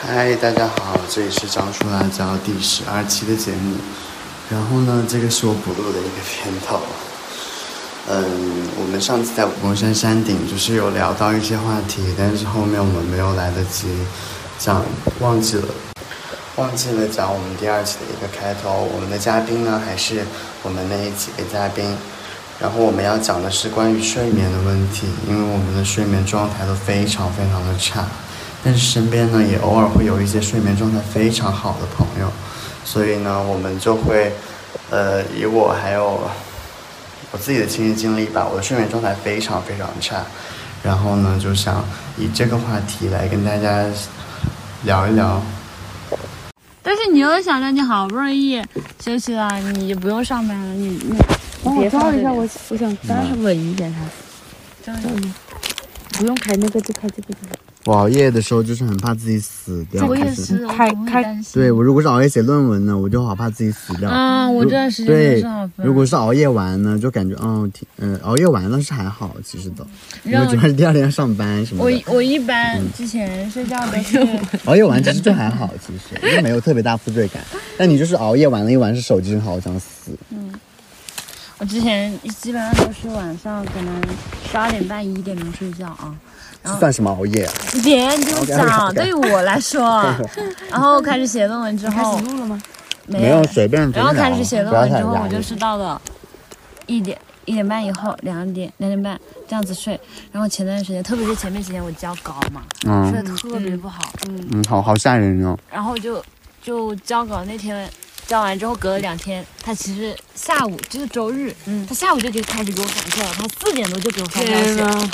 嗨，大家好，这里是张叔辣椒第十二期的节目。然后呢，这个是我补录的一个片头。嗯，我们上次在魔山山顶就是有聊到一些话题，但是后面我们没有来得及讲，忘记了，忘记了讲我们第二期的一个开头。我们的嘉宾呢，还是我们那一期的嘉宾。然后我们要讲的是关于睡眠的问题，因为我们的睡眠状态都非常非常的差。但是身边呢也偶尔会有一些睡眠状态非常好的朋友，所以呢，我们就会，呃，以我还有我自己的亲身经历吧，我的睡眠状态非常非常差，然后呢，就想以这个话题来跟大家聊一聊。但是你又想着你好不容易休息了，你不用上班了，你你帮我别照放哦一这下，里我想我嗯想搭上稳一点它，这样照一下。不用开那个，就开这个就行。我熬夜的时候就是很怕自己死掉，我就也是是，开我总会开担心。对我如果是熬夜写论文呢，我就好怕自己死掉。啊，我这段时间真的对是好，烦。如果是熬夜玩呢，就感觉嗯挺嗯、熬夜玩了是还好，其实都，因让为我主要是第二天上班什么我的，我一般之前睡觉都是，熬夜玩其实就还好，其实因为没有特别大负罪感。但你就是熬夜玩了一晚，是手机真好想死。我之前基本上都是晚上可能十二点半一点钟睡觉啊。这算什么熬夜啊？别，你听我 OK，OK，OK 讲，对于我来说，啊然后开始写论文之开后始，录了吗？没没有随便然后开始写论不要文太之后，压我抑就。是到了一点一点半以后，两点两点半这样子睡。然后前段时间，特别是前面几天我交稿嘛，睡嗯得特别不好，嗯，嗯，好好吓人哦。然后就就交稿那天交完之后，隔了两天，他其实下午就是周日，嗯他下午就给开始给我反馈了，他四点多就嗯给我发消天息，呐，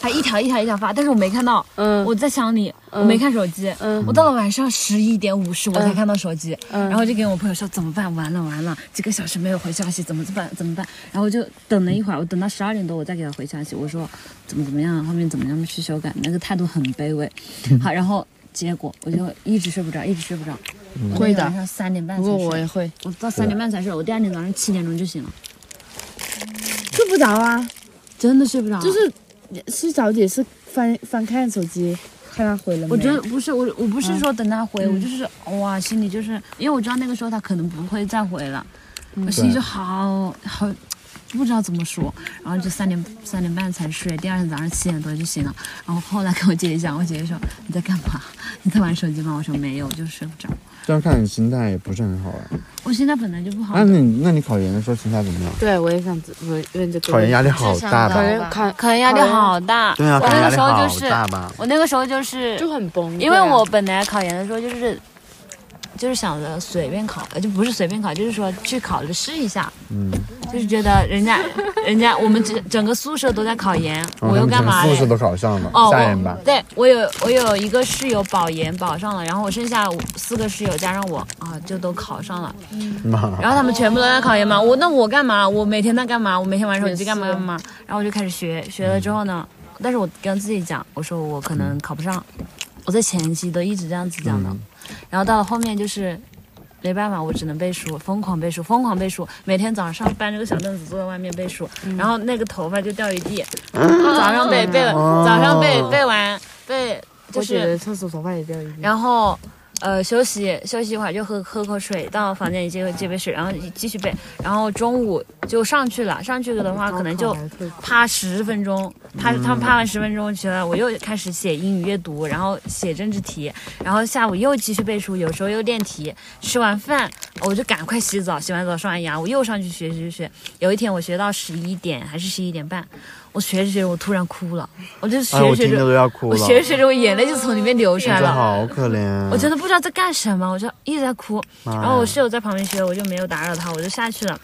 他一条一条一条发，但是我没看到，嗯我在想你，嗯我没看手机。嗯我到了晚上十一点五十，我才嗯看到手机，嗯然后就跟我朋友说怎么办？完了完了，几个小时没有回消息，怎么办？怎么办？然后就等了一会儿，我等到十二点多，我再给他回消息，我说怎么怎么样，后面怎么样去修改，那个态度很 卑微。好，然后结果我就一直睡不着，一直睡不着，我那会天的晚上三点半才不过我也睡，会我到三点半才睡，我第二天早上七点钟就醒了，睡不着啊，真的睡不着。就是睡着也是翻翻看手机，看他回了没。我觉得不是我，我不嗯是说等他回，我就是哇，心里就是因为我知道那个时候他可能不会再回了，嗯我心里就好好不知道怎么说，然后就三点三点半才睡，第二天早上七点多就醒了，然后后来跟我姐姐讲，我姐姐说你在干嘛？ 你在玩手机吗？我说没有，我就睡不着。这样看你心态也不是很好啊。我现在本来就不好那，你那你考研的时候心态怎么样？对，我也想问问这个。考研压力好大考吧？研考可能压力考研好大。对啊，我考研压那个力时候就好是，大吧？我那个时候就是就很崩溃啊，因为我本来考研的时候就是，就是想着随便考，呃就不是随便考，就是说去考着试一下，嗯，就是觉得人家人家我们整整个宿舍都在考研，然后我又哦嗯他们干整个嘛宿舍嘞？都考上了，哦，吓人吧我？对我有我有一个室友保研保上了，然后我剩下五四个室友加上我啊，就都考上了。妈，然后他们全部都在考研嘛，我那我干嘛？我每天在干嘛？我每天玩手机干嘛也是干嘛？然后我就开始学，学了之后呢，但是我跟自己讲，我说我可能考不上，我在前期都一直这样子讲的，然后到了后面就是。没办法，我只能背书，疯狂背书，疯狂背书。每天早上搬着个小凳子坐在外面背书，嗯然后那个头发就掉一啊地。早上背背，早上背背完背，就哦我是觉得厕所头发也掉一地。然后呃休息休息一会儿就喝喝口水，到房间里接接杯水，然后继续背，然后中午就上去了，上去了的话可能就趴十分钟，趴他们趴完十分钟觉得我又开始写英语阅读，然后写政治题，然后下午又继续背书，有时候又练题。吃完饭我就赶快洗澡，洗完澡刷完牙，我又上去学学学。有一天我学到十一点还是十一点半，我学着学着我突然哭了，我就 学哎，我着听学着着。都要哭我了，学着学着，我眼泪就从里面流出来真的了。好可怜。啊我真的不知道在干什么，我就一直在哭。妈哎呀，然后我室友在旁边学，我就没有打扰他，我就下去了。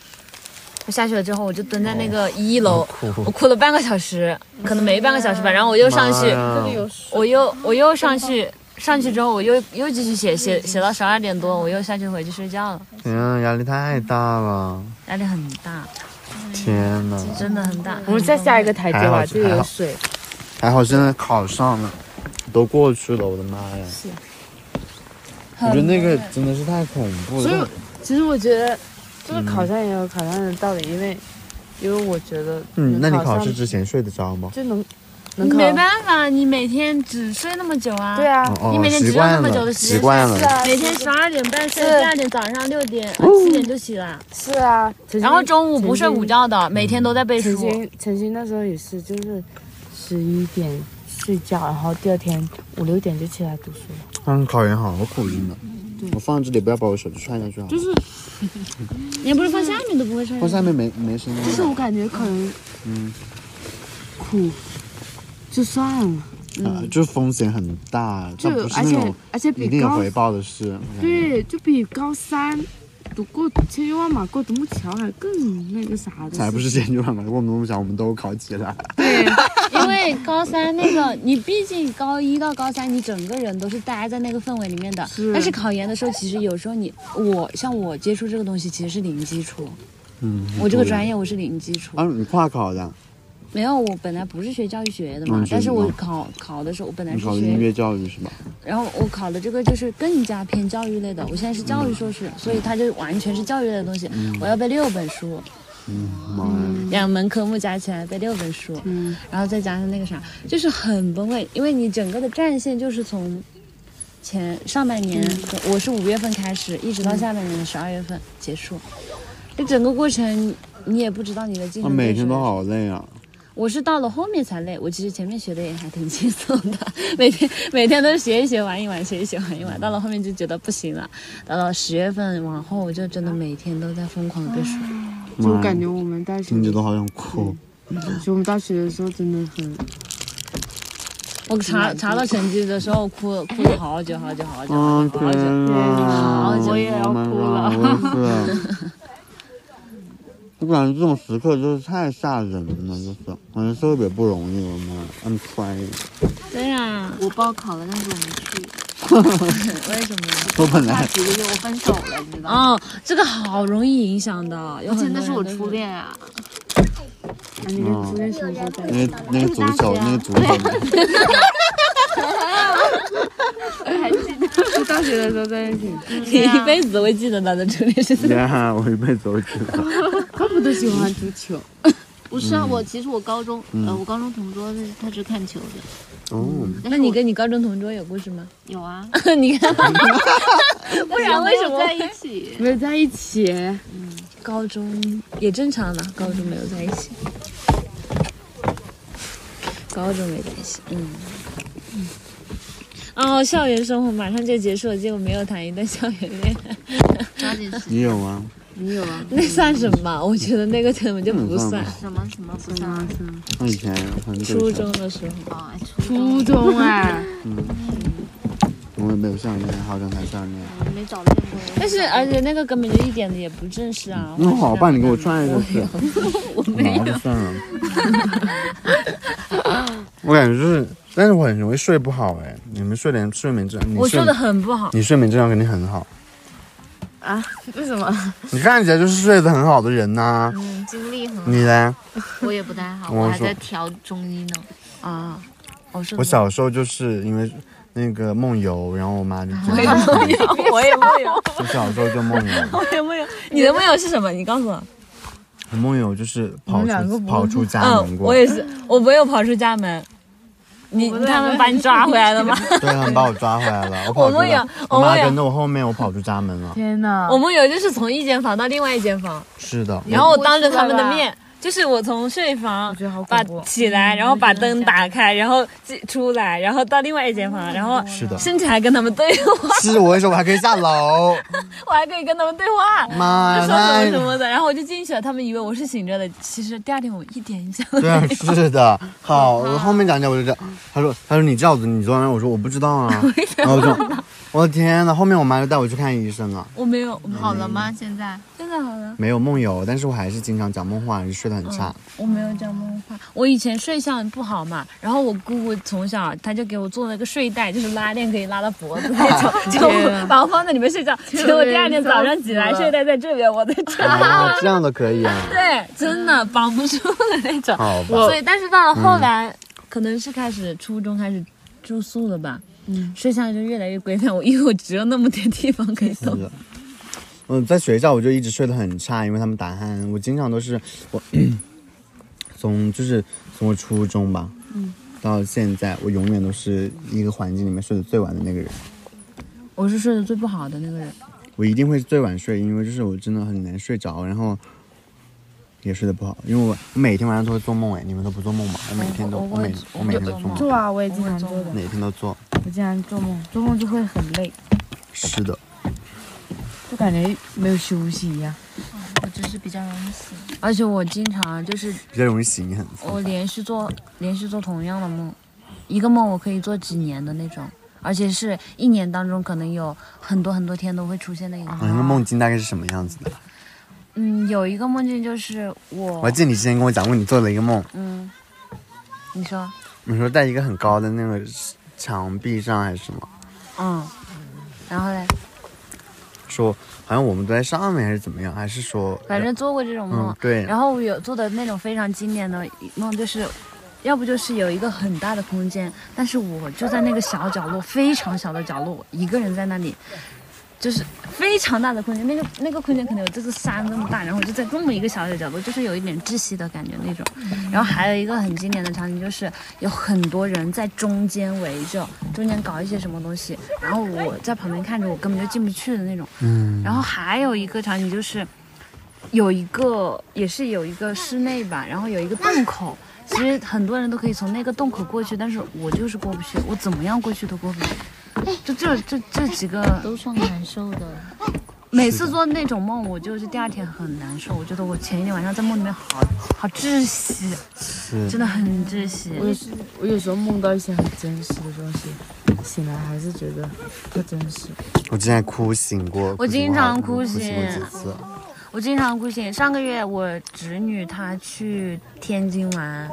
我下去了之后，我就蹲在那个一楼，我哭，哭了半个小时，可能没半个小时吧。然后我又上妈去，呀我又我又上去，上去之后我又又继续写写写到十二点多，我又下去回去睡觉了，天啊，压力太大了，压力很大，天呐，真的很大。我们再下一个台阶还吧，好这里还有好水。还好现在考上了，都过去了，我的妈呀！是我觉得那个真的是太恐怖所以了。其实我觉得，就是考上也有考上的道理，因为，因为我觉得，嗯，那你考试上之前睡得着吗？就能能没考。办法，你每天只睡那么久啊。对。啊，哦你每天习只有那惯么久了，的时间习惯是了，啊，每天十二点半睡，是第二天早上六点、七点就起来，是啊。曾经然后中午不睡午觉的，每天都在背曾书。经曾经那时候也是，就是十一点睡觉，然后第二天五六点就起来读书了。嗯，考研好好口音的。我放这里，不要把我手机踹下去好吗？就是你不是放下面都不会睡放下面没没声音就是我的。感觉可能，嗯，苦就算了，啊，就是风险很大，嗯就它不是而那且种而且一比定有高回报的事。嗯我感觉，对，就比高三读过千军万马过独木桥还更那个啥的。才不是千军万马，我们梦想我们都考起 来。因为高三那个， 你毕竟高一到高三，你整个人都是待在那个氛围里面的。是但是考研的时候，其实有时候你我像我接触这个东西，其实是零基础。嗯，我这个对专业我是零基础，啊，你跨考的，没有我本来不是学教育学的嗯嘛是，但是我吗考考的时候，我本来你是考的音学，乐教育是吧？然后我考的这个就是更加偏教育类的，我现在是教育硕士，所以它就完全是教育类的东西。嗯我要背六本书，妈呀，两门科目加起来背六本书，嗯，然后再加上那个啥，就是很崩溃，因为你整个的战线就是从前上半年，我是五月份开始，一直到下半年的十二月份结束，这整个过程你也不知道你的竞那争啊每对手天都是好累啊。我是到了后面才累，我其实前面学的也还挺轻松的， 每天每天都是学一学玩一玩，学一学玩一玩，到了后面就觉得不行了，到了十月份往后，我就真的每天都在疯狂的背书。就我妈感呀觉我们大学听，着都好想哭。就我们大学的时候真的很，我查查到成绩的时候哭哭了好久好久好久嗯嗯好啊久天好久。啊！好我也要哭了我也是。啊 我感觉这种时刻就是太吓人了，就是感觉特别不容易。我们 I'm trying，对呀，我报考了，但是我没去。为什么？我本大来学的时候我分手了，你知道吗？哦，这个好容易影响的，而而且那是我初。恋啊，啊，你们初恋什么时候在一起？那个那个足球，那个足 球，就大学的时候在一起，你啊一辈子都会记得他的初恋 是 呀，我一辈子都记得。怪不得喜欢足球。不是嗯啊，我其实我高中，呃，我高中同桌是他是看球的，哦，但那是你我跟你高中同桌有故事吗？有啊， 你 看，不然为什没有么在一起？没有在一起，高中也正常啦，高中没有在一起，高中没在一起，嗯。哦，校园生活马上就结束了，结果没有谈一段校园恋爱，抓紧时你有吗？你有啊？那算什么？我觉得那个根本就不不算算吧。什么什么不上啊啊，是啊我以前很久以前初中的时候，哦初初中中啊，我也没有上恋，好像才上恋。我没早恋过，但是而且那个根本就一点也不正式啊。嗯那好吧，你给我串一下去。我没有。算了。 我感觉就是，但是我很容易睡不好哎。你们睡眠睡眠质量，你我睡说的很不好，你睡眠质量肯定很好。啊？为什么？你看起来就是睡得很好的人呐、嗯，精力很好，你呢？我也不太好，我我还说在调中医呢。啊，我说我的小时候就是因为那个梦游，然后我妈就经常，我也梦游，我小时候就梦游，我也梦游。你的梦游是什么？你告 诉我。我梦游就是跑出跑出家门嗯，过我，也是，我没有跑出家门。你他们把你抓回来了吗？对他们把我抓回来了，我跑出我梦游了，我我妈梦游跟着我后面，我跑出家门了。天哪！ 我梦游就是从一间房到另外一间房，是的，然后我当着他们的面，就是我从睡房觉得好恐把怖起来，然后把灯打开，然后进出来，然后到另外一间房，然后是的甚至还跟他们对话，是我跟你说，我还可以下 楼，我还可以跟他们对话。妈就说什呀！么什么的，然后我就进去了，他们以为我是醒着的，其实第二天我一点印象都 没有。对，啊是的，好，我后面讲讲我就这样，他说，他说你叫的，你昨晚我说我不知道 啊，然后我就，我的天呐，后面我妈就带我去看医生了。我没有，我没有，好了吗？现在真的好了。没有梦游，但是我还是经常讲梦话，还是睡得很差。我没有讲梦话，我以前睡相不好嘛，然后我姑姑从小她就给我做了个睡袋，就是拉链可以拉到脖子那种，就把我放在里面睡觉。结果第二天早上起来，睡袋在这边，我在这儿。 啊，这样的可以啊。对，真的绑不住的那种。好吧，所以，但是到了后来，可能是开始初中开始住宿了吧，嗯，睡相就越来越规范。我因为我只有那么点地方可以是动。的。嗯，在学校我就一直睡得很差，因为他们打鼾，我经常都是我从就是从我初中吧，到现在，我永远都是一个环境里面睡得最晚的那个人。我是睡得最不好的那个人。我一定会最晚睡，因为就是我真的很难睡着，然后也睡得不好，因为我每天晚上都会做梦哎，你们都不做梦吗？我每天都，我我我每我我每天都做做梦做梦，啊，我也经常做的。每天都做。我经常做梦，做梦就会很累，是的，就感觉没有休息一样。我只是比较容易醒。而且我经常就是比较容易醒很。啊我连续做连续做同样的梦，一个梦我可以做几年的那种，而且是一年当中可能有很多很多天都会出现那个。啊，那梦境大概是什么样子的？嗯，有一个梦境就是我我还，记得你之前跟我讲过，你做了一个梦，嗯，你说，你说在一个很高的那个墙壁上还是什么，嗯，然后嘞，说好像我们都在上面还是怎么样，还是说反正做过这种梦嗯，对，然后我有做的那种非常经典的梦，就是要不就是有一个很大的空间，但是我就在那个小角落，非常小的角落，我一个人在那里，就是非常大的空间，那个那个空间可能有这个山这么大，然后我就在这么一个小小的角落，就是有一点窒息的感觉那种。然后还有一个很经典的场景就是有很多人在中间围着，中间搞一些什么东西，然后我在旁边看着，我根本就进不去的那种。嗯，然后还有一个场景就是，有一个也是有一个室内吧，然后有一个洞口，其实很多人都可以从那个洞口过去，但是我就是过不去，我怎么样过去都过不去。就这这这几个，都算难受的，每次做那种梦，我就是第二天很难受，我觉得我前一天晚上在梦里面好好窒息，是真的很窒息。我有时我有时候梦到一些很真实的东西，醒来还是觉得不真实。我之前还哭醒过，我经常哭醒醒过几次。我经常哭醒。上个月我侄女她去天津玩，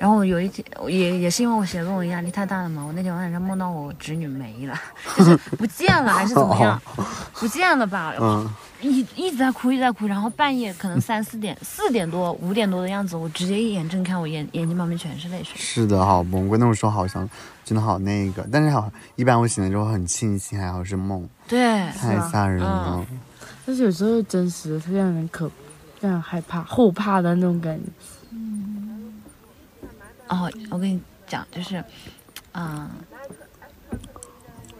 然后我有一天也也是因为我写论文压力太大了嘛，我那天晚上梦到我侄女没了， 就是不见了还是怎么样，不见了吧？嗯，一一直在哭，一直在哭，然后半夜可能三四点、四点多、五点多的样子，我直接一眼睁开，我眼眼睛旁边全是泪水。是的，好崩溃。那我说好想，真的好那个，但是好，一般我醒了之后很庆幸，还好是梦，对，太吓人了。嗯但是有时候真实的，它让人可让人害怕、后怕的那种感觉。哦，我跟你讲，就是，嗯、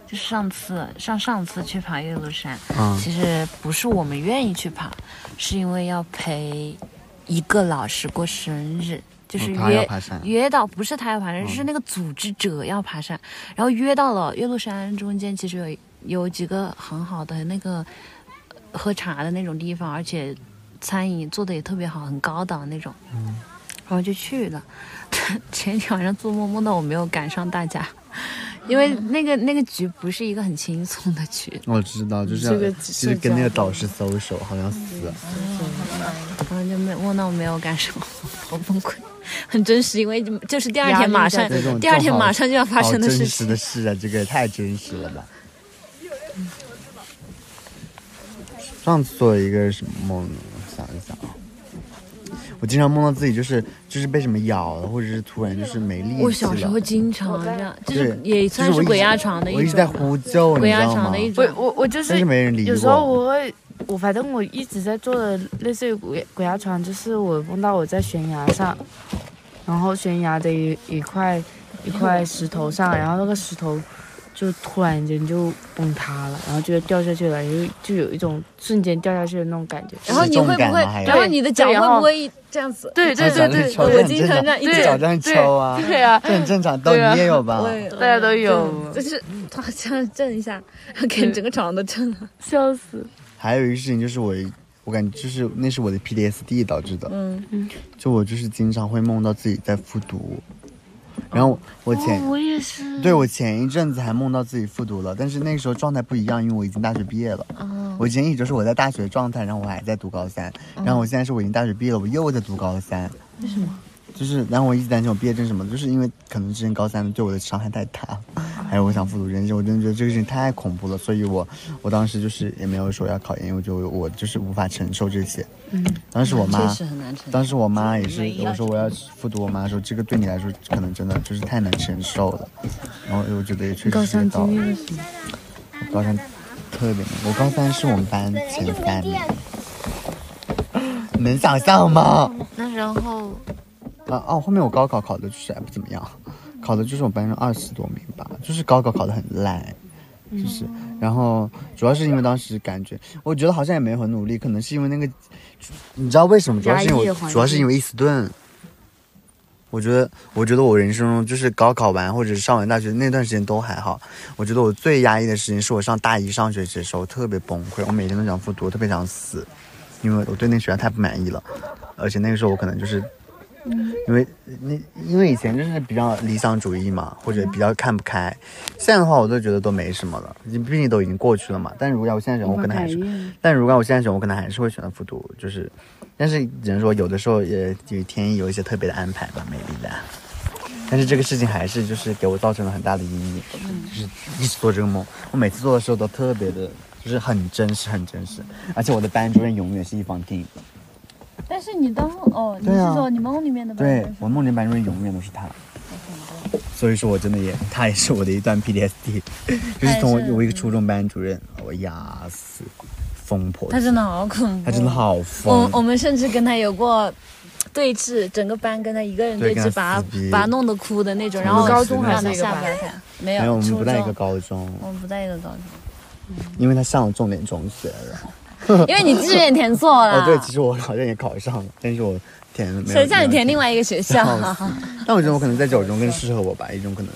就是上次上上次去爬岳麓山，嗯其实不是我们愿意去爬，是因为要陪一个老师过生日，就是哦他要约、爬山约到，不是他要嗯爬山，是那个组织者要爬山，然后约到了岳麓山中间，其实有有几个很好的那个呃喝茶的那种地方，而且餐饮做的也特别好，很高档那种，嗯，然后就去了。 前一天晚上做梦梦到我没有赶上大家，嗯因为那个那个局不是一个很轻松的局，我知道，就是要这个其实跟那个导师搜手，好像死。然后就没梦到没有赶上， 好崩溃，很真实，因为就就是第二天 马上这种第二天正好马上就要发生的好事真实情的，事啊，这个也太真实了吧。上次做了一个什么梦呢？我想一想啊，我经常梦到自己就是就是被什么咬了，或者是突然就是没力气了。我小时候经常这样，就是嗯对也算就是是鬼压床的我一直我一直种在吧，呼救，你鬼知压道床吗的？一我种。我我就是但是没人理我有时候我会，我反正我一直在做的类似于鬼鬼压床，就是我梦到我在悬崖上，然后悬崖的一一块一块石头上，然后那个石头就突然间就崩塌了，然后就掉下去了，就就有一种瞬间掉下去的那种感 觉。然后你会重感不会吗还？有然后你的脚对然会后不会一这样子？对对对对，脚我很经正常，这样一脚这样抽啊，对啊，这很正常。豆对啊你也有吧？对，大家都有，就是 他这样震一下，给整个床都震了。 笑死。还有一个事情就是我，我感觉就是那是我的 PTSD 导致的。嗯嗯，就我就是经常会梦到自己在复读，然后我我前、哦我也是，对我前一阵子还梦到自己复读了，但是那个时候状态不一样，因为我已经大学毕业了。我以前一直是我在大学状态，然后我还在读高三，然后我现在是我已经大学毕业了，我又在读高哦三。为什么？就是，然后我一直担心我毕业证什么的，就是因为可能之前高三对我的伤害太大，还有我想复读人生，我真的觉得这个事情太恐怖了，所以我我当时就是也没有说要考研，因为我觉得我我就是无法承受这些。嗯，当时我妈确实很难承受当时我妈也是，我说我要复读，我妈说这个对你来说可能真的就是太难承受了，然后我觉得也确实是这个道理。高三特别难，我高三是我们班前三名，能想象吗？那然后啊哦，后面我高考考的就是还不怎么样，考的就是我班上二十多名吧，就是高考考得很烂，就是，嗯然后主要是因为当时感觉，我觉得好像也没有很努力，可能是因为那个，你知道为什么？主要是因压抑为环境主要是因为伊斯顿。我觉得，我觉得我人生中就是高考完或者是上完大学那段时间都还好。我觉得我最压抑的事情是我上大一上学期的时候特别崩溃，我每天都想复读，特别想死，因为我对那个学校太不满意了。而且那个时候我可能就是，因为那因为以前就是比较理想主义嘛，或者比较看不开。现在的话，我都觉得都没什么了，已经毕竟都已经过去了嘛。但如果要我现在选，我可能还是，但如果要我现在选，我可能还是会选择复读，就是。但是只能说，有的时候也与天意有一些特别的安排吧，美丽的。但是这个事情还是就是给我造成了很大的阴影，就是一直做这个梦。我每次做的时候都特别的，就是很真实，很真实。而且我的班主任永远是一方定，但是你当哦，你对啊是说你梦里面的吧？对我梦里班主任永远都是他。所以说我真的也，他也是我的一段 PTSD，就是从我我一个初中班主任，我压死，疯婆他子，真的好恐怖，他真的好我疯。我们甚至跟他有过对峙，整个班跟他一个人对对跟他峙，把他撕逼把他弄得哭的那种，然我后们高中还让是他一个下班班看，没没有，有，我们不初在一中个，高中，我们不在一个 高中，因为他上了重点中学了。因为你志愿填错了，哦，对，其实我好像也考上了，但是我填哦没有。谁叫你没填有另外一个学校但我觉得我可能在九中更适合我吧，一中可能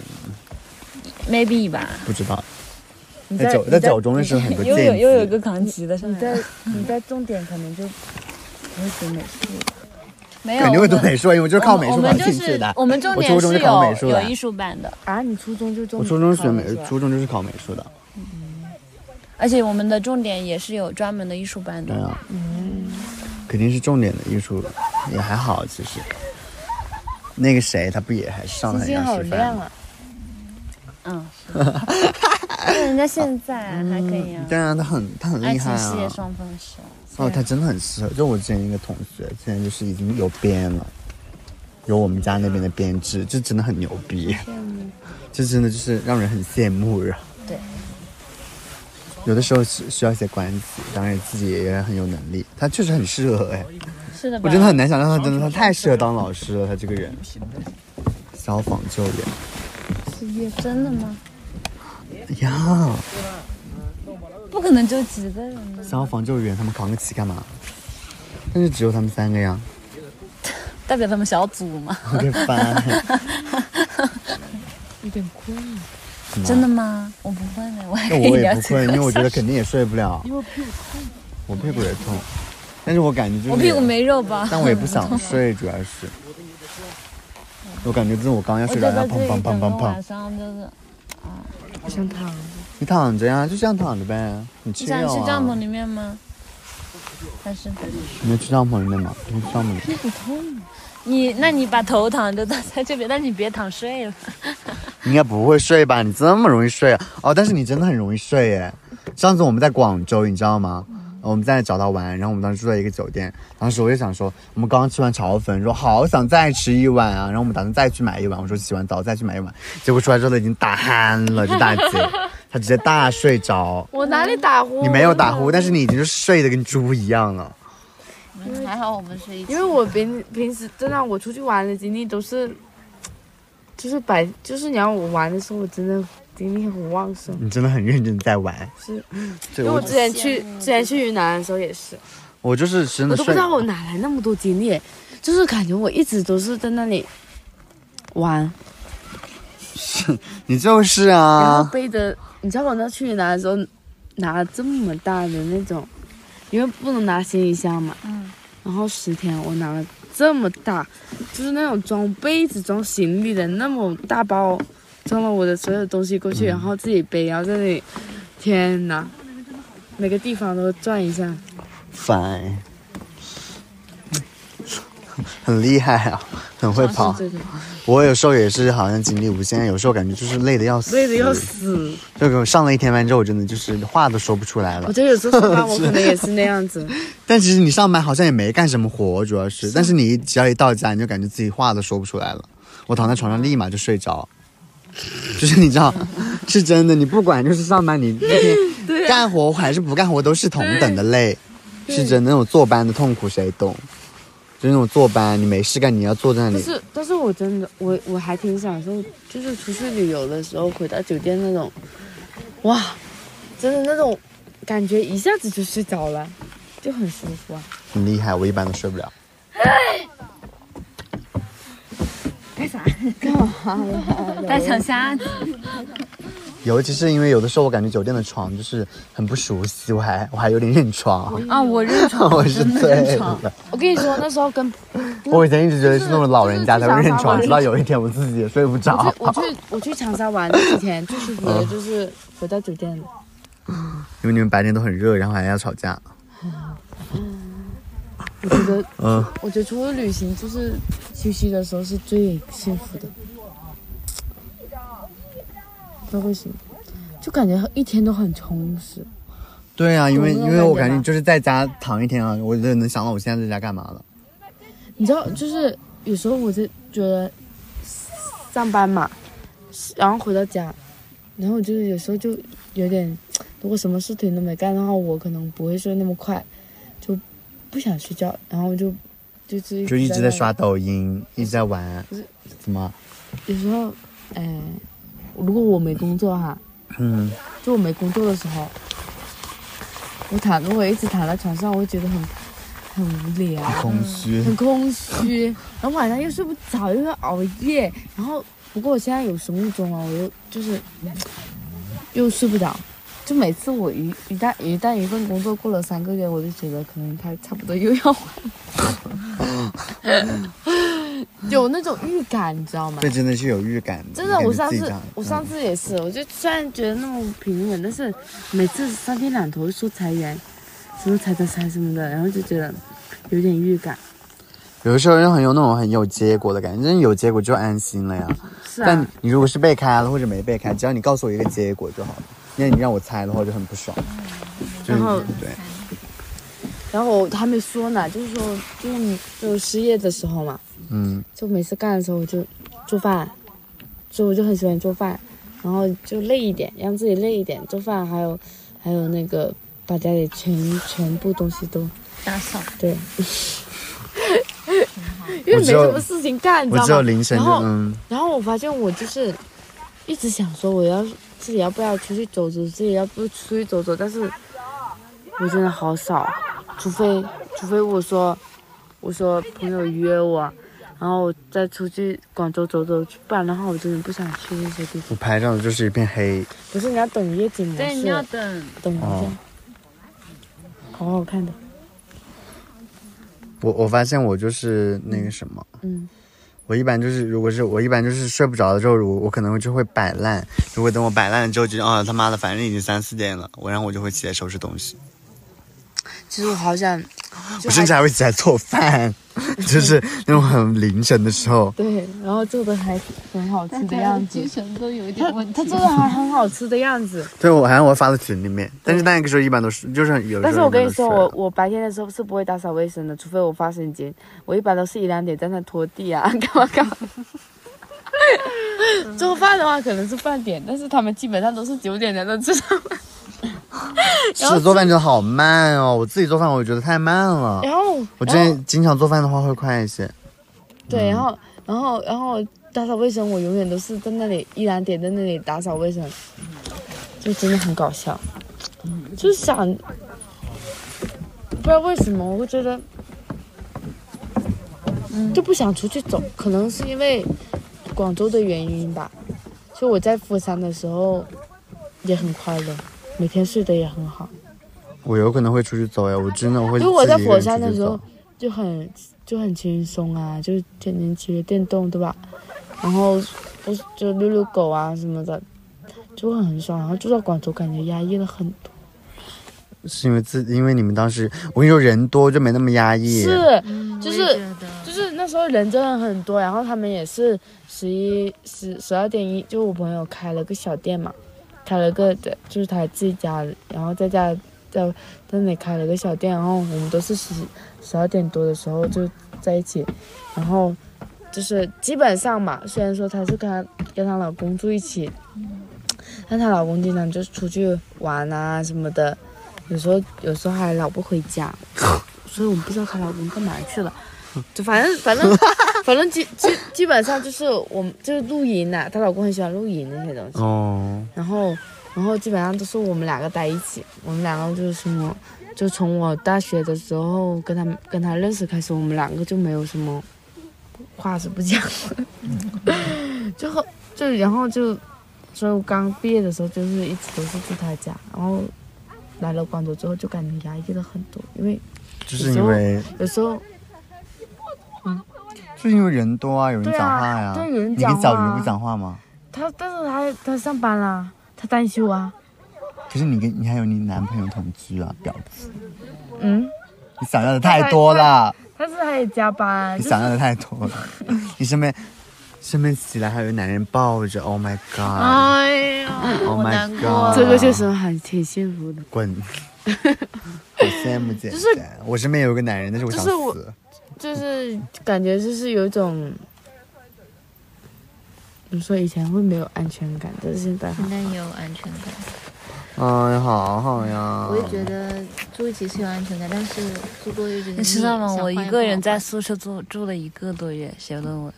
？maybe 吧，不知道。你在在九你在在九中认识了很多 又有见又有一识，个扛旗的上你来在了，你在重点可能就不会读美术，没有，感觉会读我们美术，因为我就是靠美我术们感就兴趣是的。我们重我点初中是是考有美术有的，艺术班的，啊，你初中就重我初中是考学了美是，吧初中就是考美术的。而且我们的重点也是有专门的艺术班对的。啊，嗯肯定是重点的艺术，也还好其实。那个谁，他不也还上了星很星长好时间亮吗？啊！嗯， 那人家现在还可以啊，当然，他很他很爱嗯厉害情事业啊。双丰收。哦，他真的很适合。就我之前一个同学，现在就是已经有编了，有我们家那边的编制，这真的很牛逼。这真的就是让人很羡慕啊。对。有的时候是需要一些关系，当然自己也很有能力。他确实很适合哎，是的吧？我真的很难想象他真的他太适合当老师了，他这个人。消防救援真的吗？呀，不可能就几个人吧？消防救援他们扛个旗干嘛？但是只有他们三个呀，代表他们小组吗？特别烦。真的吗？我不会呢，我还那可以 我也聊不几个困，因为我觉得小时肯定也睡不了。因为我屁股痛。我屁股也痛，但是我感觉就是我屁股，没肉吧？但我也不想睡，主要是。我感觉就是我刚要我睡就着，然在后这砰砰砰里整个砰砰，晚上就是我想躺。你躺着呀，就这样躺着呗，你吃你药想去帐篷啊。里面吗？还是你要去帐篷里面吗？你去帐篷里面，你？那你把头躺着躺在这边，但你别躺睡了。你应该不会睡吧？你这么容易睡啊？哦，但是你真的很容易睡耶。上次我们在广州，你知道吗？我们在找他玩，然后我们当时住在一个酒店，当时我就想说，我们刚刚吃完炒粉，说好想再吃一碗啊，然后我们打算再去买一碗，我说洗完澡再去买一碗，结果出来之后都已经打鼾了，这 大姐，她直接大睡着，我哪里打呼？你没有打哦呼，但是你已经是睡得跟猪一样啊了，还好我们是一起因为我平平时真的我出去玩的经历都是，就是白就是你让我玩的时候，我真的精力很旺盛。你真的很认真地在玩，是，对因为我我之前去之前去云南的时候也是，我就是真的我都不睡知，道我哪来那么多精力，就是感觉我一直都是在那里玩，你就是然后啊，背着，你知道我那去云南的时候拿这么大的那种，因为不能拿行李箱嘛，嗯，然后十天我拿了这么大，就是那种装杯子、装行李的那么大包，装了我的所有东西过去，然后自己背，然后在那里，天哪，每个地方都转一下，烦，很厉害啊，很会跑是。这种我有时候也是好像精力无限，有时候感觉就是累的要死，累的要。死。就给我上了一天班之后，我真的就是话都说不出来了我。觉得有时候上班我可能也是那样子，但其实你上班好像也没干什么活，主要是，但是你只要一到家，你就感觉自己话都说不出来了。我躺在床上立马就睡着，就是你知道，是真的。你不管就是上班，你那天干活还是不干活，都是同等的累，是真的。那种坐班的痛苦谁懂？就是那种坐班，你没事干，你要坐在那但里。是但是我真的我我还挺享受，就是出去旅游的时候回到酒店那种，哇，真的那种感觉一下子就睡着了，就很舒服啊。很厉害，我一般都睡不了。带小虾，尤其是因为有的时候我感觉酒店的床就是很不熟悉，我还我还有点认床，啊，我认 床，我是醉床了。我跟你说，那时候跟我以前一直觉得是那种老人家才会认就是床，就是直到有一天我自己也睡不我着去，我去我去长沙玩那几天，最舒服的就是回到酒店了。 因为你们白天都很热，然后还要吵架。我觉得嗯，我觉得出去旅行就是休息的时候是最幸福的，不知道为什么，就感觉一天都很充实。对啊，因为有那因种为我感感觉觉吧就是在家躺一天啊，我就能想到我现在在家干嘛了。你知道，就是有时候我就觉得上班嘛，然后回到家，然后我就是有时候就有点，如果什么事情都没干的话，我可能不会睡那么快，就不想睡觉，然后就就是就一直在那刷抖音，一直在玩不是，怎么？有时候，嗯、如果我没工作哈，嗯，就我没工作的时候，我躺，如果一直躺在床上，我会觉得很很无聊，空虚。很空虚，然后晚上又睡不着，又要熬夜，然后不过我现在有生物钟啊，我又就是又睡不着，就每次我一一旦一旦一份工作过了三个月，我就觉得可能它差不多又要完， 有那种预感，你知道吗这？真的是有预感的，真的，你我感上觉自己次这样我上次也是，我就虽然觉得那么平稳，但是每次三天两头说裁员，什么裁裁裁什么的，然后就觉得有点预感。有的时候就很有那种很有结果的感觉，真的有结果就安心了呀。是啊，嗯但你如果是被开了或者没被开，只要你告诉我一个结果就好了。那你让我猜的话就很不爽。就是然后对，然后我还没说呢，就是说，就是你就失业的时候嘛，嗯，就每次干的时候我就做饭，所以我就很喜欢做饭，然后就累一点，让自己累一点，做饭还有还有那个把家里全全部东西都打扫，对， 因为没什么事情干，你我知只有道吗？凌晨就然后嗯，然后我发现我就是一直想说我要自己要不要出去走走，自己要不出去走走，但是我真的好少，除非除非我说我说朋友约我，然后我再出去广州走走，不然的话我真的不想去那些地方。我拍照的就是一片黑，不是你要等夜景模式，对，你要等，等一下，哦好好看的，我我发现我就是那个什么。嗯，我一般就是，如果是我一般就是睡不着了之后，我我可能就会摆烂。如果等我摆烂了之后，觉得啊、他妈的，反正已经三四点了，我然后我就会起来收拾东西，其实我好想，我甚至还会起来做饭， 就是那种很凌晨的时候。对，然后做的还很好吃的样子精。神都有一他点问他题。做的还很好吃的样子，对，我好像我发到群里面，但是那个时候一般都是就是有时候但是啊我跟你说，一般都我睡了我白天的时候是不会打扫卫生的，除非我发神经。我一般都是一两点在那拖地啊， 干嘛干嘛。做饭的话可能是饭点，但是他们基本上都是九点才能吃上饭。然后是做饭真的好慢哦，我自己做饭我觉得太慢了。然后我之然后前经常做饭的话会快一些，对，然后然后然后打扫卫生，我永远都是在那里一两点在那里打扫卫生，就真的很搞笑。就是想，不知道为什么我会觉得，就不想出去走，可能是因为广州的原因吧。就我在佛山的时候也很快乐，每天睡得也很好。我有可能会出去走呀，我真的会。因为我在佛山的时候，就很就很轻松啊，就天天骑着电动，对吧？然后不是就遛遛狗啊什么的，就会很爽。然后住到广州，感觉压抑了很多。是因为自因为你们当时我跟你说人多就没那么压抑。是，嗯就我也是觉得就是那时候人真的很多，然后他们也是十一十十二点一，就我朋友开了个小店嘛，开了个就是他自己家的，然后在家在在那里开了个小店，然后我们都是十十二点多的时候就在一起，然后就是基本上嘛，虽然说她是跟她跟她老公住一起，但她老公经常就是出去玩啊什么的， 有时候有时候还老不回家，所以我们不知道她老公干嘛去了。就反 正反正反正基基基本上就是我们就是露营呐、她老公很喜欢露营那些东西，哦，然后然后基本上都是我们两个在一起，我们两个就是什么，就从我大学的时候跟他们跟他认识开始，我们两个就没有什么话是不讲的， 就后就然后就，所以我刚毕业的时候就是一直都是住他家，然后来了广州之后就感觉压抑了很多，因为就是因为有时候就是因为人多啊，有人对啊讲话呀、 对有人你讲跟话小啊鱼不讲话吗？他但是他他上班啦、他单休啊，可是你跟你还有你男朋友同居啊，婊子！嗯，你想要的太多了，但是他也加班，啊你就是想要的太多了。 你身边身边起来还有男人抱着，Oh my God，Oh、哎呀，好 my 难过。 God，这个确实还挺幸福的。 滚！好羡慕姐姐，就是我身边有一个男人，但是我想就是我死。就是感觉就是有一种，你说以前会没有安全感，但是现在现在也有安全感，啊哎呀，好好呀我也觉得住一起是有安全感，但是住多就觉得你知道吗？腻我一个人在，想宿舍住住了一个多月，写论文，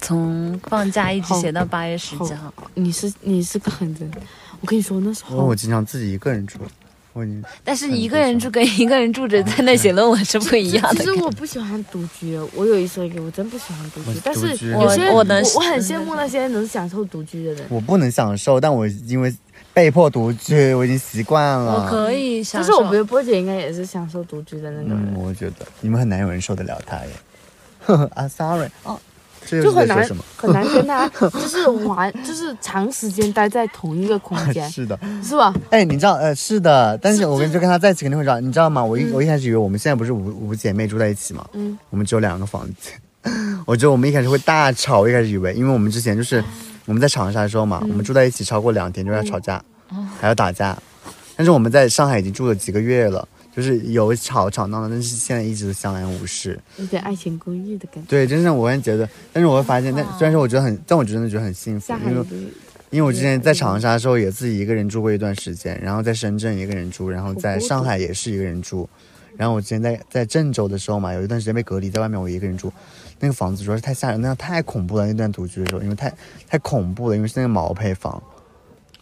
从放假一直写到八月十几号。你是你是个很真，我跟你说那时因为候哦我经常自己一个人住，我已经但是一个人住跟一个人住着在那写论文是不一样其的 实。我不喜欢独居，我有一说一，我真不喜欢独我居。但独居是有些人我我能我很羡慕那些能享受独居的人。我不能享受，但我因为被迫独居，我已经习惯了。啊我可以想但是我觉得波姐应该也是享受独居的那种嗯，人，我觉得你们很难有人受得了他耶。 呵呵啊，sorry，哦，这就是在很说难什么？很难 跟他就是玩，就是长时间待在同一个空间， 是的，是吧？哎，你知道，呃，是的，但是我跟就跟他在一起肯定会找，你知道吗？我一、我一开始以为我们现在不是五五姐妹住在一起嘛，嗯，我们只有两个房间。 我觉得我们一开始会大吵，我一开始以为，因为我们之前就是我们在长沙的时候嘛，我嗯们住在一起超过两天就要吵架，哦还要打架。但是我们在上海已经住了几个月了，就是有吵吵闹闹，但是现在一直都相安无事。有点爱情公寓的感觉。对，真的，我也觉得，但是我会发现，但虽然说我觉得很，但我真的觉得很幸福下，海因也为不是因为我之前在长沙的时候也自己一个人住过一段时间，然后在深圳一个人住，然后在上海也是一个人住，然后我之前在在郑州的时候嘛，有一段时间被隔离在外面，我一个人住，那个房子主要是太吓人，那样太恐怖了，那段独居的时候，因为太太恐怖了，因为是那个毛坯房，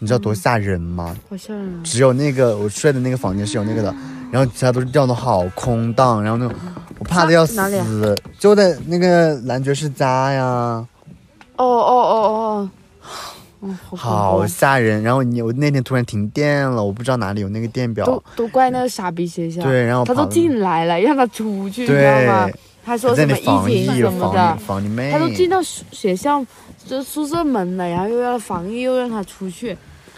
你知道多吓人吗？好吓人啊！只有那个我睡的那个房间是有那个的，然后其他都是掉的好空荡，然后那种我怕的要死哪里啊，就在那个男爵士家呀，哦哦哦哦哦，哦，好恐怖好啊吓人。然后你我那天突然停电了，我不知道哪里有那个电表都，都怪那个傻逼学校，对，然后他跑都进来了，让他出去，你知道对，吗？他说在什那么里防疫疫情什么防的疫，防你妹，他都进到学学校就宿舍门了，然后又要防疫，又让他出去，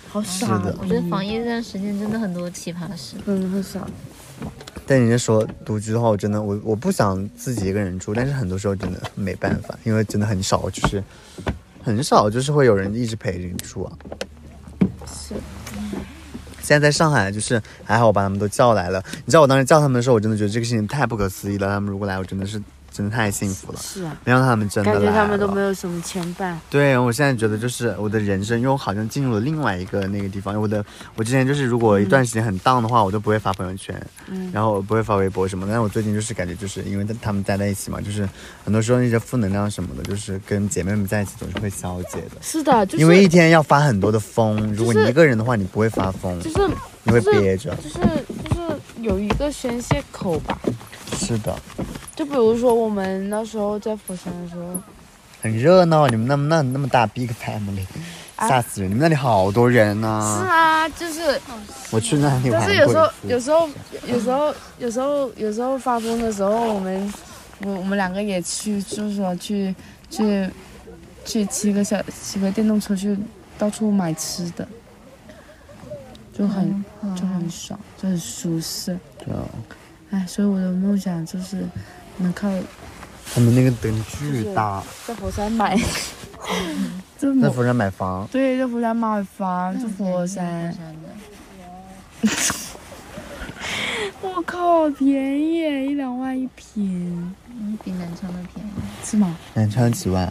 好傻是的我觉得防疫这段时间真的很多奇葩事，嗯，很傻。但人家说独居的话，我真的我我不想自己一个人住，但是很多时候真的没办法，因为真的很少，就是很少就是会有人一直陪着你住啊。是。现在在上海，就是还好我把他们都叫来了。你知道我当时叫他们的时候，我真的觉得这个事情太不可思议了。他们如果来，我真的是真的太幸福了。是啊，没让他们真的感来觉他们都了没有什么牵绊，对，我现在觉得就是我的人生又好像进入了另外一个那个地方。我的我之前就是如果一段嗯时间很 down 的话，我都不会发朋友圈，然后不会发微博什么的。但我最近就是感觉就是因为他他们待在一起嘛，就是很多时候那些负能量什么的，就是跟姐妹们在一起总是会消解的。是的，就是因为一天要发很多的疯，如果你就是一个人的话，你不会发疯，就是你会憋着。就是就是有一个宣泄口吧，是的，就比如说我们那时候在釜山的时候，很热闹，你们那么那那么大 big family，啊吓死人！你们那里好多人呐、是啊，就是我去那里玩但过是一有时候，次有时候，有时候，有时候，有时候发疯的时候，我们，我我们两个也去，就是说去去去骑个小骑个电动车去到处买吃的，就很嗯就很爽，就很舒适。对啊哎，所以我的梦想就是能靠他们那个灯巨大，在佛山买，这在么佛山买房，对，在佛山买嗯房，住嗯佛山。我靠，便宜耶，一两万一平，嗯，比南昌的便宜。是吗？南昌几万，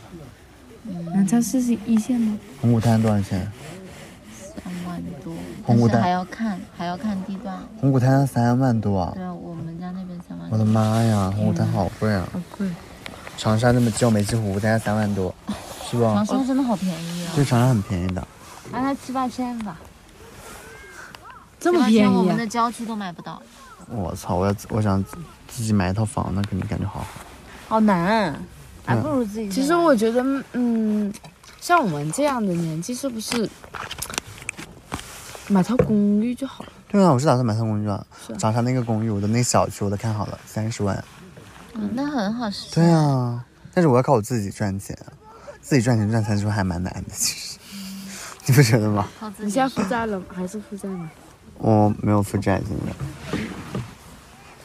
嗯南昌市是一线吗？红谷滩多少钱？三万多，红但牡是丹还要看，还要看地段。红谷滩三万多啊！对啊，我们家那边三万吗？我的妈呀，红湖滩好贵啊！嗯好贵。长沙那么旧，每次湖大概三万多，是不？长沙真的好便宜啊，对，长沙很便宜的。让它七八千吧，这么便七八千我宜们啊的！郊区都买不到。嗯我操！我要我想自己买一套房，那肯定感觉好好。好啊难，还嗯哎不如自己。其实我觉得，嗯，像我们这样的年纪，是不是买套公寓就好了？对啊，我是打算买套公寓啊是啊。长沙那个公寓，我的那个小区我都看好了，三十万。嗯，那很好实现。对啊，但是我要靠我自己赚钱啊，自己赚钱赚三十万还蛮难的，其实，你不觉得吗？靠自你己现在负债了吗？还是负债吗？我没有负债，现在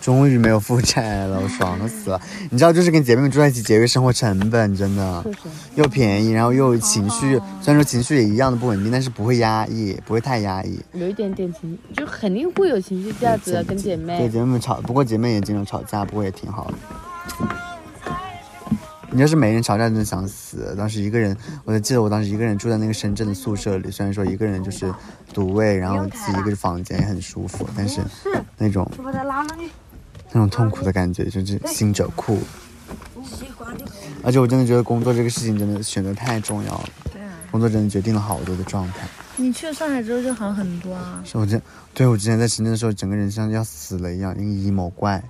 终于没有负债了，我爽死了！你知道，就是跟姐妹们住在一起，节约生活成本，真的确实，又便宜，然后又情绪，虽然说情绪也一样的不稳定，但是不会压抑，不会太压抑。有一点点情，就肯定会有情绪价值的，啊跟姐对妹。姐妹们吵，不过姐妹也经常吵架，不过也挺好的。你要是每人吵架，真的想死。当时一个人，我就记得我当时一个人住在那个深圳的宿舍里，虽然说一个人就是独卫，然后自己一个房间也很舒服，但是那种那种痛苦的感觉就是心者酷。而且我真的觉得工作这个事情真的选择太重要了，对啊，工作真的决定了好多的状态。你去了上海之后就好很多啊。是我之对我之前在深圳的时候，整个人像要死了一样，一个 emo 怪，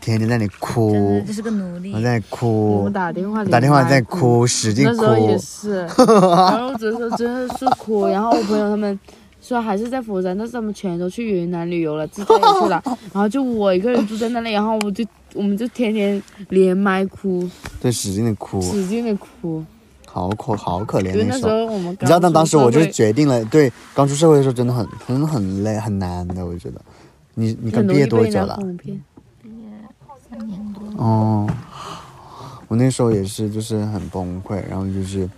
天天在那里真哭的，就是个奴隶我。在我哭们，打电话，打电话在。哭，使劲嗯那时候也哭。 是，然后只是真的是哭，然后我朋友他们说还是在佛山，但是他们全都去云南旅游了，自驾游去了， 然后就我一个人住在那里，然后我就我们就天天连麦哭，对，使劲的哭，使劲的哭，好可好可因为怜那那时时候。候我们你知道，但当时我就刚出社会决定了，对，刚出社会的时候真的很真的很累很难的，我觉得。你你刚很毕容易业被多人久家了？哄骗。三年多，哦，我那时候也是，就是很崩溃，然后就是，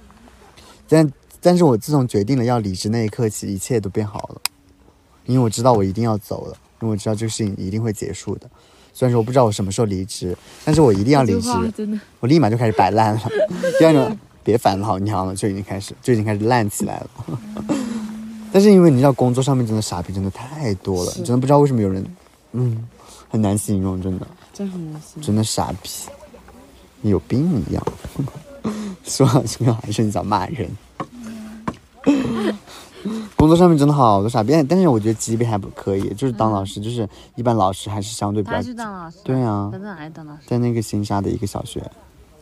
但但是我自从决定了要离职那一刻起，一切都变好了，因为我知道我一定要走了，因为我知道这个事情一定会结束的。虽然说我不知道我什么时候离职，但是我一定要离这职句，话真的我立马就开始摆烂了。第二种，别烦老娘了，就已经开始就已经开始烂起来了。但是因为你知道，工作上面真的傻逼真的太多了，真的不知道为什么有人，嗯，很难形容，真的。真很恶心。真的傻逼，有病一样。 说到这个，还是很想骂人。 工作上面真的好多傻逼，但但是我觉得级别还不可以，就是当老师，就是一般老师还是相对比较嗯他去当老师，对啊他，在哪里当老师？在那个新沙的一个小学，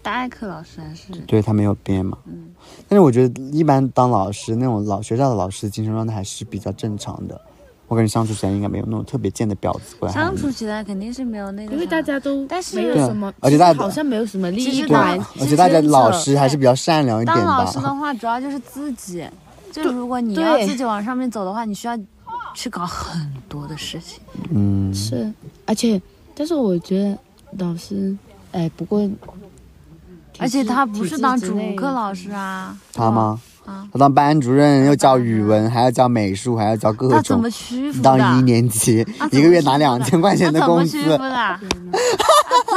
大艾克老师还是对他没有编嘛。嗯但是我觉得一般当老师那种老学校的老师的精神状态还是比较正常的，我感觉相处起来应该没有那种特别贱的婊子过来相喊你处起来肯定是没有那个啥，因为大家都但是没有对啊什么，而且大家好像没有什么利其益实对关当啊系，，而且大家牵扯老师还是比较善良一点哎当吧。老师的话，主要就是自己。就如果你要对自己往上面走的话，你需要去搞很多的事情。嗯，是，而且但是我觉得老师，哎，不过，而且他不是当主体制之内课老师啊，他吗？啊他当班主任，又教语文，还要教美术，还要教各他怎种么。屈服的？当一年级，啊一个月拿两千块他钱的怎么工屈服资，的？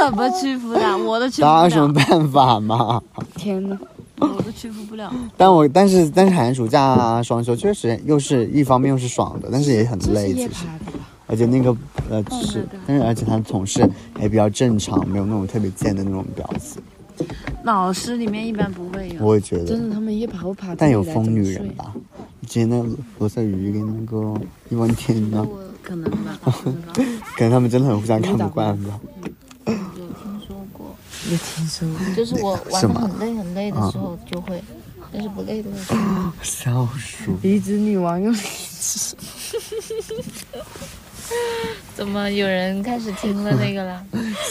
怎么屈服的？我都屈服当然有不什么了，办法嘛？ 天呐，我都屈服不了。但我但是但是寒暑假啊，双休确实又是一方面又是爽的，但是也很这是累，夜其实。爬的吧？而且那个呃哦是，但是而且他的同事也比较正常，没有那种特别贱的那种婊子，老师里面一般不会有，我也觉得。真的，他们夜爬会爬。但有疯女人？吧？之前那个罗色鱼跟那个易问天呢，可能吧？不知道可能他们真的很互相看不惯吧。有听说过，也听说过，就是 我玩什的么很累很累的啊时候就会，但是不累的时候。笑鼠。离职女王又离职， 怎么有人开始听了那个了？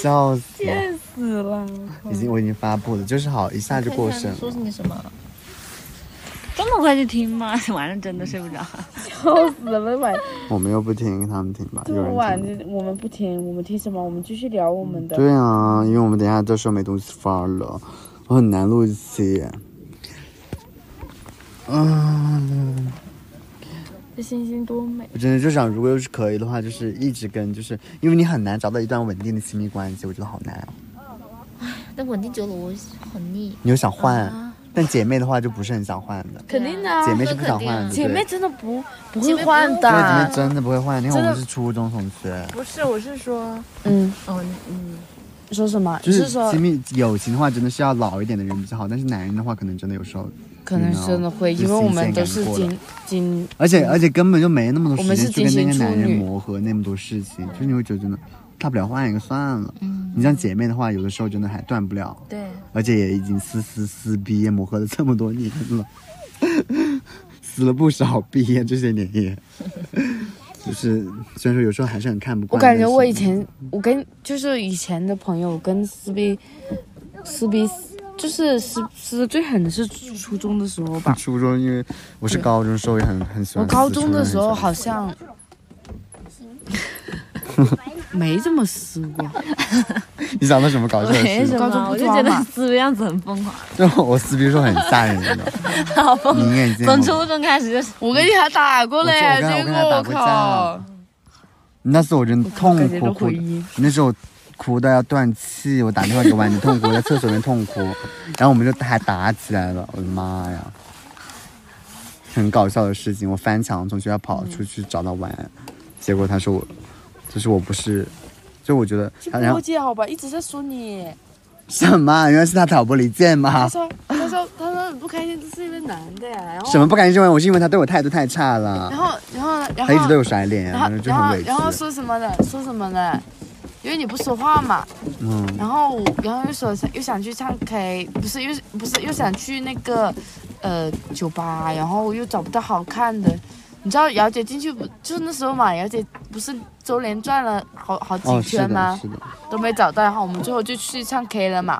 笑死了，贱死了！已经我已经发布了，就是好一下就 过看审看说了。你什么？这么快就听吗？ 晚上真的睡不着。笑死了！ 晚我们又不听，他们听吧，这有么人晚听。，我们不听，我们听什么？我们继续聊我们的。对啊，因为我们等一下到时候没东西发了，我很难录一期。嗯，这星星多美，我真的就想，如果要是可以的话，就是一直跟，就是因为你很难找到一段稳定的亲密关系，我觉得好难哦。但稳定久了我很腻。你又想换，啊但姐妹的话就不是很想换的，肯定的啊姐，妹是不想换的。姐妹对真的不不姐会妹不换用对姐妹的，真的不会换，因为我啊真们的是初中同学。不是，我是说，嗯，哦，嗯，说什么？就你是是说亲密友情的话，真的是要老一点的人比较好，但是男人的话，可能真的有时候，可能啊真的会，因为我们都是有新鲜感过了经经而且而且根本就没那么多我时们间是去跟那金个星男处人女嗯磨合那么多事情，就是你会觉得真的，大不了换一个算了。你像姐妹的话，有的时候真的还断不了，对，而且也已经撕撕撕毕业磨合了这么多年了， 撕了不少毕业这些年也，就是虽然说有时候还是很看不我惯，感觉我以但是前，我跟就是以前的朋友跟撕逼，撕逼就是撕撕的最狠的是初中的时候吧。 初中，因为我是高中的时候也很很喜我欢撕，高中的时候嗯初中也很喜欢好像 没这么撕过，撕，你想到什么搞笑的没事什情？高中么，不我就抓觉得嘛撕的样子很疯狂， 就我撕逼说很吓人 的，好疯你眼睛。从初中开始就是我跟你还打过嘞我，跟我结跟果他打过啊靠，那次我真的痛感觉苦都哭回，忆。那时候我哭到要断气，我打电话给婉妮痛哭，我在厕所里面痛哭，然后我们就还打起来了，我的妈呀！很搞笑的事情，我翻墙从学校嗯跑出去找他玩，结果他说我，就是我不是，就我觉得，他然后啊姐好吧，一直在说你。 什么？啊原来是他挑拨离间吗？说他说他说你不开心，这是因为男的呀。然什么不敢认为我是因为他对我态度太差了，后然后然他一直对我甩脸，然然后后就然很后委屈然。后说什么的，说什么的，因为你不说话嘛，嗯，然后我然后又说又想去唱 K，不是又不是又想去那个呃酒吧，然后又找不到好看的。你知道姚姐进去不就是那时候嘛？姚姐不是周连转了好好几哦，是圈的，吗？是的。都没找到，然后我们最后就去唱 K 了嘛。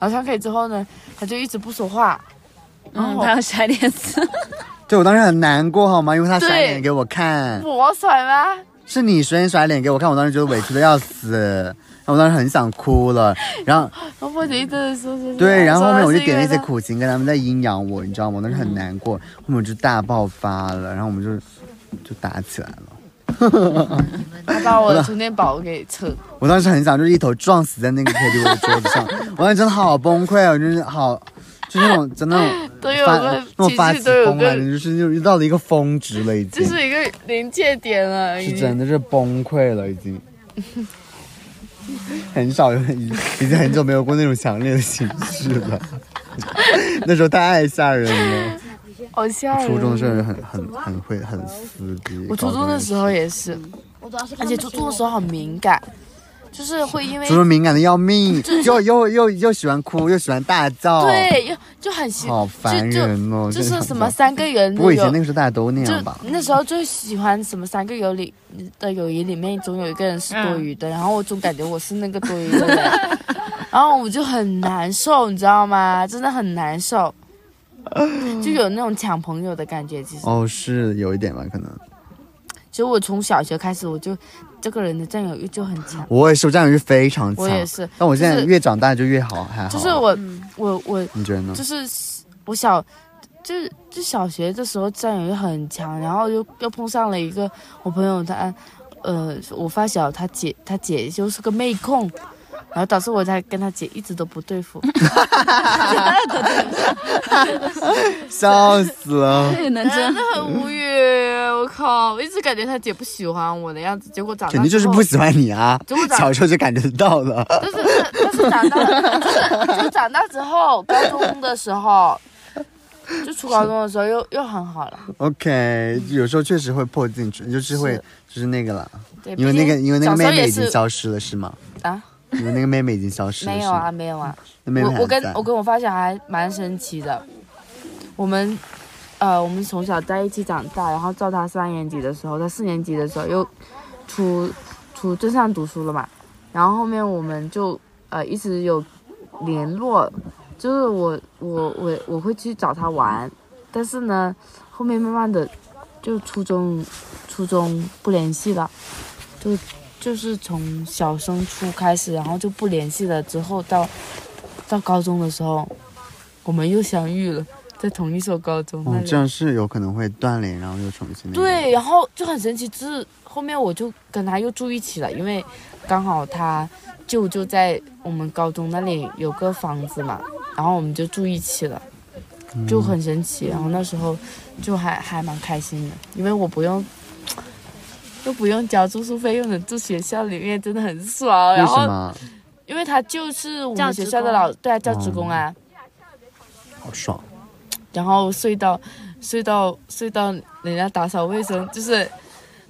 然后唱 K 之后呢，她就一直不说话，然嗯，后他要甩脸撕，对我当时很难过好吗？因为他甩对脸给我看，我甩吗？是你先甩脸给我看，我当时觉得委屈的要死，然后我当时很想哭 了，然后然后波姐一直说说说对，然后后面我就说是因为嗯点了一些她苦情，跟他们在阴阳我，你知道吗？我当时很难过，后面我就大爆发了，然后我们就就打起来了。他把 我的充电宝给扯，我当时很想就是一头撞死在那个 KTV 的桌子 上，我当时真的好崩溃哦，就是好，就是那种真的 都那有种发个那种其发实起都有疯来个的，就是就到了一个峰值了已经，这是一个临界点了，已是经真的是崩溃了，已 经。很少有，已已经很久没有过那种强烈的情绪了。 那时候太吓人了。好吓人。初中的时候很很很会很撕逼。我初中的时候，候也是，而且初中的时候很敏感，就是会因为初中敏感的要命，又又又又喜欢哭，又喜欢大叫，，对，又就很喜，好烦人哦。就真就的是很什么烦？三个人不过的以前友那，个时候大家都那样就吧。那时候最喜欢什么三个友里的友谊里面总有一个人是多余的，然后我总感觉我是那个多余的人， 然后我就很难受，你知道吗？真的很难受，就有那种抢朋友的感觉，其实。哦，是有一点吧，可能其实我从小学开始，我就这个人的占有欲就很 强。我也是，我占有欲非常强我。也是，但我现在就是越长大就越好，还好。就是我，我我你觉得呢就？是我小，就是就小学的时候占有欲很强，然后又又碰上了一个我朋友他，呃，我发小他姐，他姐就是个妹控。然后导致我在跟他姐一直都不 对付， 笑死了。对，能真真的很无语。我靠，我一直感觉他姐不喜欢我的样子，结果长大肯定就是之后不喜欢你啊结果！长小时候就感觉得到了，但是但是长大，就是就是长大之后，高中的时候，就初高中的时候又又很好了。 OK，有时候确实会破镜重，就是会是就是那个了，对，因为那个毕因为竟那个小妹时候妹也已经是消失了是吗？啊， 因为那个妹妹已经消失了，没是有吗啊，？没有啊。那妹妹还我我跟在我跟我发小还蛮神奇的，我们呃我们从小在一起长大，然后到他三年级的时候，他四年级的时候又出出镇上读书了嘛，然后后面我们就呃一直有联络，就是我我我我会去找他玩，但是呢后面慢慢的就初中初中不联系了，就就是从小升初开始，然后就不联系了，之后到到高中的时候，我们又相遇了，在同一所高中那哦，里。这样是有可能会断联，然后又重新那个对，然后就很神奇，就是后面我就跟他又住一起了，因为刚好他舅舅在我们高中那里有个房子嘛，然后我们就住一起了。嗯就很神奇。然后那时候就还还蛮开心的，因为我不用。又不用交住宿费，又能住学校里面，真的很爽。为然什后，么？因为他就是我教们职学校的工老，对啊，教职工啊。哦好爽！然后睡到睡到睡到人家打扫卫生，就是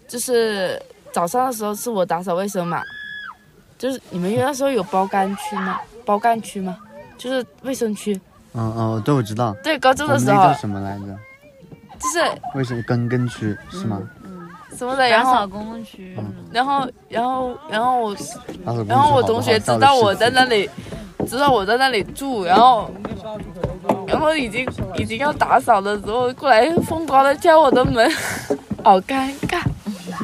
就是早上的时候是我打扫卫生嘛，就是你们那时候有包干区吗？包干区吗？就是卫生区。嗯嗯，对，我知道。对，高我中的啊们时那候叫什么来着？就是为什么根根区是吗？嗯什么的，打然扫后公共区，然后然后然后我然后然后我同学知道我在那里，知道我在那里住，然后，然后已经已经要打扫的时候，过来疯狂的敲我的门，好尴尬。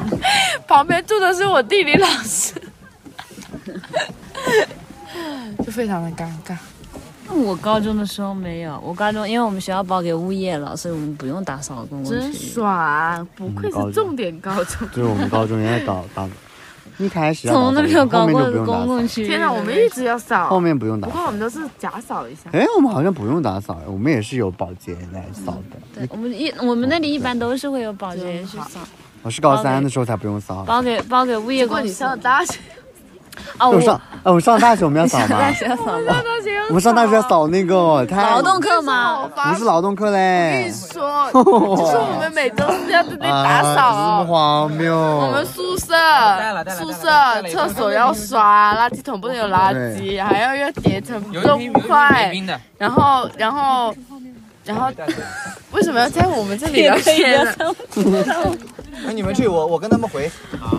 旁边住的是我地理老师， 就非常的尴尬。我高中的时候没有，我高中因为我们学校包给物业了，所以我们不用打扫公共真区。爽，不嗯愧高中是重点高中。就是我们高中原来搞搞，一开始要打扫从来没有搞后面过就不用公打共扫，区。天哪，我们一直要后扫，面不用打不扫。过我们都是假扫一下。哎，我们好像不用打扫，我们也是有保洁来扫的。对，我们一我们那里一般都是会有保洁去扫，我是高包三给的时候才不用扫。包给包给物业不过公你司上了大学，啊，我我上，哎，我上大学我们要扫吗？学校扫吗？我们上大学要扫那个太 劳动课吗？不是劳动课嘞，说，就是我们每周四要自己打扫啊这么哦。荒谬。我们宿舍、宿舍、厕所要刷，垃圾桶不能有垃圾，还要要叠成有一肉瓶块有一瓶没。冰的，然后，然后，然后，为什么要在我们这里聊天 呢？那你们去，我我跟他们回。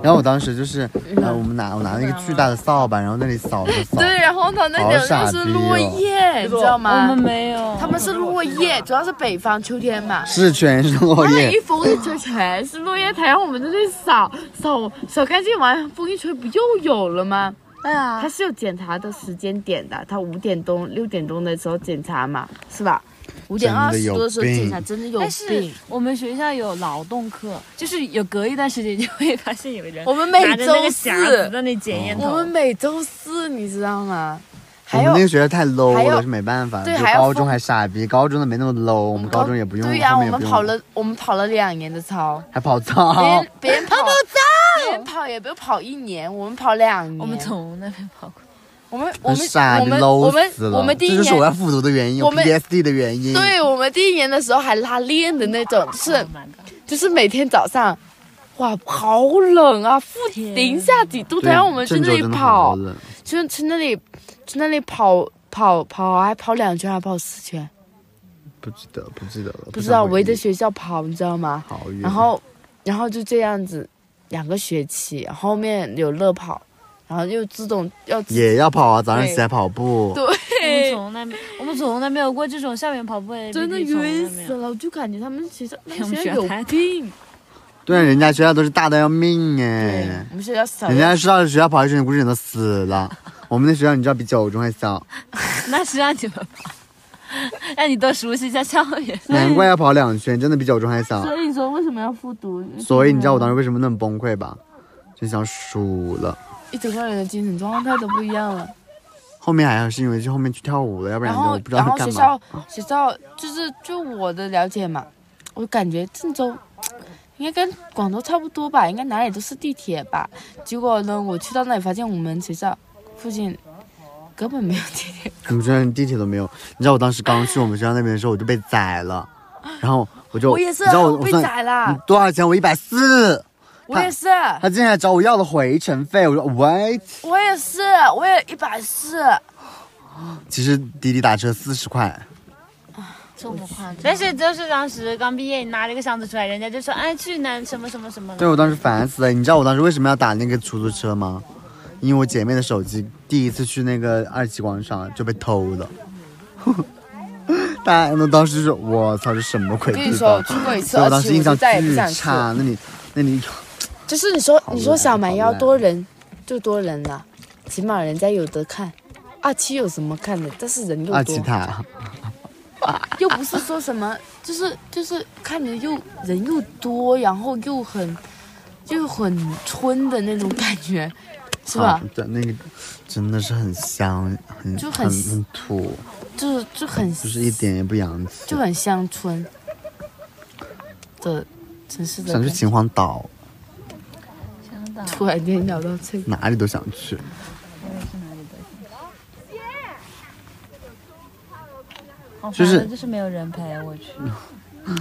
然后我当时就是，呃，我们拿我拿那个巨大的扫把，然后那里扫着扫。对，然后呢，那好种傻就是逼落哦叶，你知道我吗们？没有，他们是落叶，主要是北方秋天嘛。是全是落那叶一，风一吹全是落叶，他让我们在这扫扫扫干净完，风一吹不又有了吗？哎呀，他是有检查的时间点的，他五点钟、六点钟的时候检查嘛，是吧？五点二真的十有多的时候检查，病真的有但是病。我们学校有劳动课，就是有隔一段时间就会发现有人我们每拿着那周个四，匣子在那检验我头们。每周四，你知道吗？我还们有那个学校太 low 还了，有是没办法。对就还要高中疯还傻逼，高中的没那么 low，我们高中也不用，对呀、后我面也们不用哦跑了，我们跑了两年的操，还跑别操人，别人跑不走，别人跑也不跑一年，我们跑两年。我们从那边跑过，我们我很们傻我逼们我，low 们死了。我们第一这就是我要年，复读的原因，我我们 PTSD 的原因。对我们第一年的时候还拉练的那种，就是，Oh my god 就是每天早上，哇，好冷啊，负天零下几度，对，他让我们去郑那州里真的好跑，冷去去那里去那里跑跑跑，还跑两圈，还跑四圈，不记得，不记得了，不知想道回围着忆学校跑，你知道吗？好远。然后，然后就这样子，两个学期，后面有乐跑，然后又自动要自也要跑啊，早上起来跑步。我们对，从来没，我们从来没有过这种校园跑步 APP，真的从来没有晕死了，我就感觉他们学校那我们学学校有太病，对啊，人家学校都是大到要命对哎，我们学校少人家知道学校跑一圈，估计人都死 了。我们那学校你知道比九中还小，那是让你们 跑，让你多熟悉一下校园。嗯难怪要跑两圈，真的比九中还小。所以你说为什么要复读？所以你知道我当时为什么那么崩溃吧？真想数了。一整个人的精神状态都不一样了。后面还好是因为去后面去跳舞了，要不然然后我不知道然他后干学嘛。校学校就是就我的了解嘛，我感觉郑州应该跟广州差不多吧，应该哪里都是地铁吧。结果呢，我去到那里发现我们学校附近根本没有地铁，你们居然地铁都没有？你知道我当时刚去我们学校那边的时候，我就被宰了，然后我就我也是你知啊，道我嗯我被算宰了，多少钱？我一百四。我也是，他竟然来找我要了回程费，我说 what？我也是，我也一百四，其实滴滴打车四十块，这么夸张？但是就是当时刚毕业，你拿了一个箱子出来，人家就说，哎，去南什么什么什么对的。我当时烦死了。你知道我当时为什么要打那个出租车吗？因为我姐妹的手机第一次去那个二级广场就被偷了。 大家那当时就我操，这什么鬼跟你地说，方我？去过一次所以我二当时期，印我就象再也不巨想去。差。那你，那你，就是你说好你说烂小蛮好腰烂多人就多人啦、起码人家有的看。二期有什么看的？但是人又阿多奇，塔，又不是说什么，就是就是看着又人又多，然后又很又很村的那种感觉，是吧啊啊？对，那个真的是很香，很就很很很土。就是就很就是一点也不洋气就。很乡村的城市的想感去觉。秦皇岛，真的，突然间聊到这个，哪里都想去。好烦啊就是就是没有人陪我去，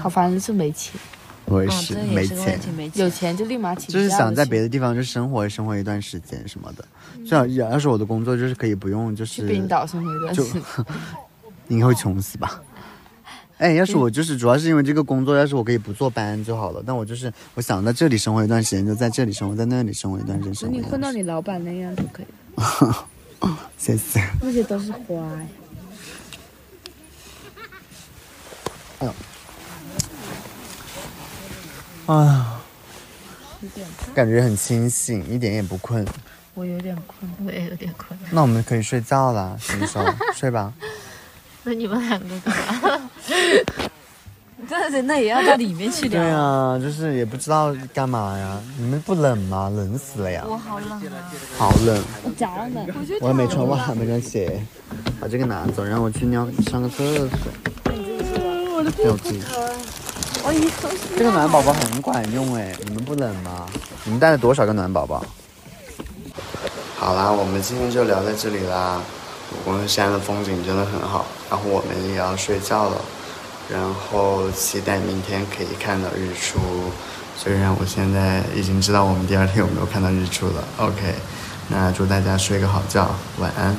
好烦人是没钱，我哦也啊，是这也没是个问钱题，，没有钱。钱就立马请假就了。是想在别的的地方就生活生活一段时间什么的。最好要是我的工作就是可以不用，就是嗯去冰岛生活一段就时间，应该会穷死吧。哎，要是我就是主要是因为这个工作，要是我可以不坐班就好了。但我就是我想在这里生活一段时间，就在这里生活，在那里生活一段时间。生等活一你段混到时间你老板那样就可以了。 谢谢。那些都是花哎。啊，感觉很清醒，一点也不困。我有点困，我也有点困。那我们可以睡觉啦，什么时候睡吧？那你们两个干嘛？对对，那也要到里面去对聊。呀、就是也不知道干嘛呀。你们不冷吗？冷死了呀！我好冷、好冷，着呢，我还没穿袜，没穿鞋。把这个拿走，让我去尿上个厕所。哎我的屁股疼，这个暖宝宝很管用哎，你们不冷吗？你们带了多少个暖宝宝？好啦，我们今天就聊到这里啦。武功山的风景真的很好，然后我们也要睡觉了，然后期待明天可以看到日出。虽然我现在已经知道我们第二天有没有看到日出了，OK，那祝大家睡个好觉，晚安。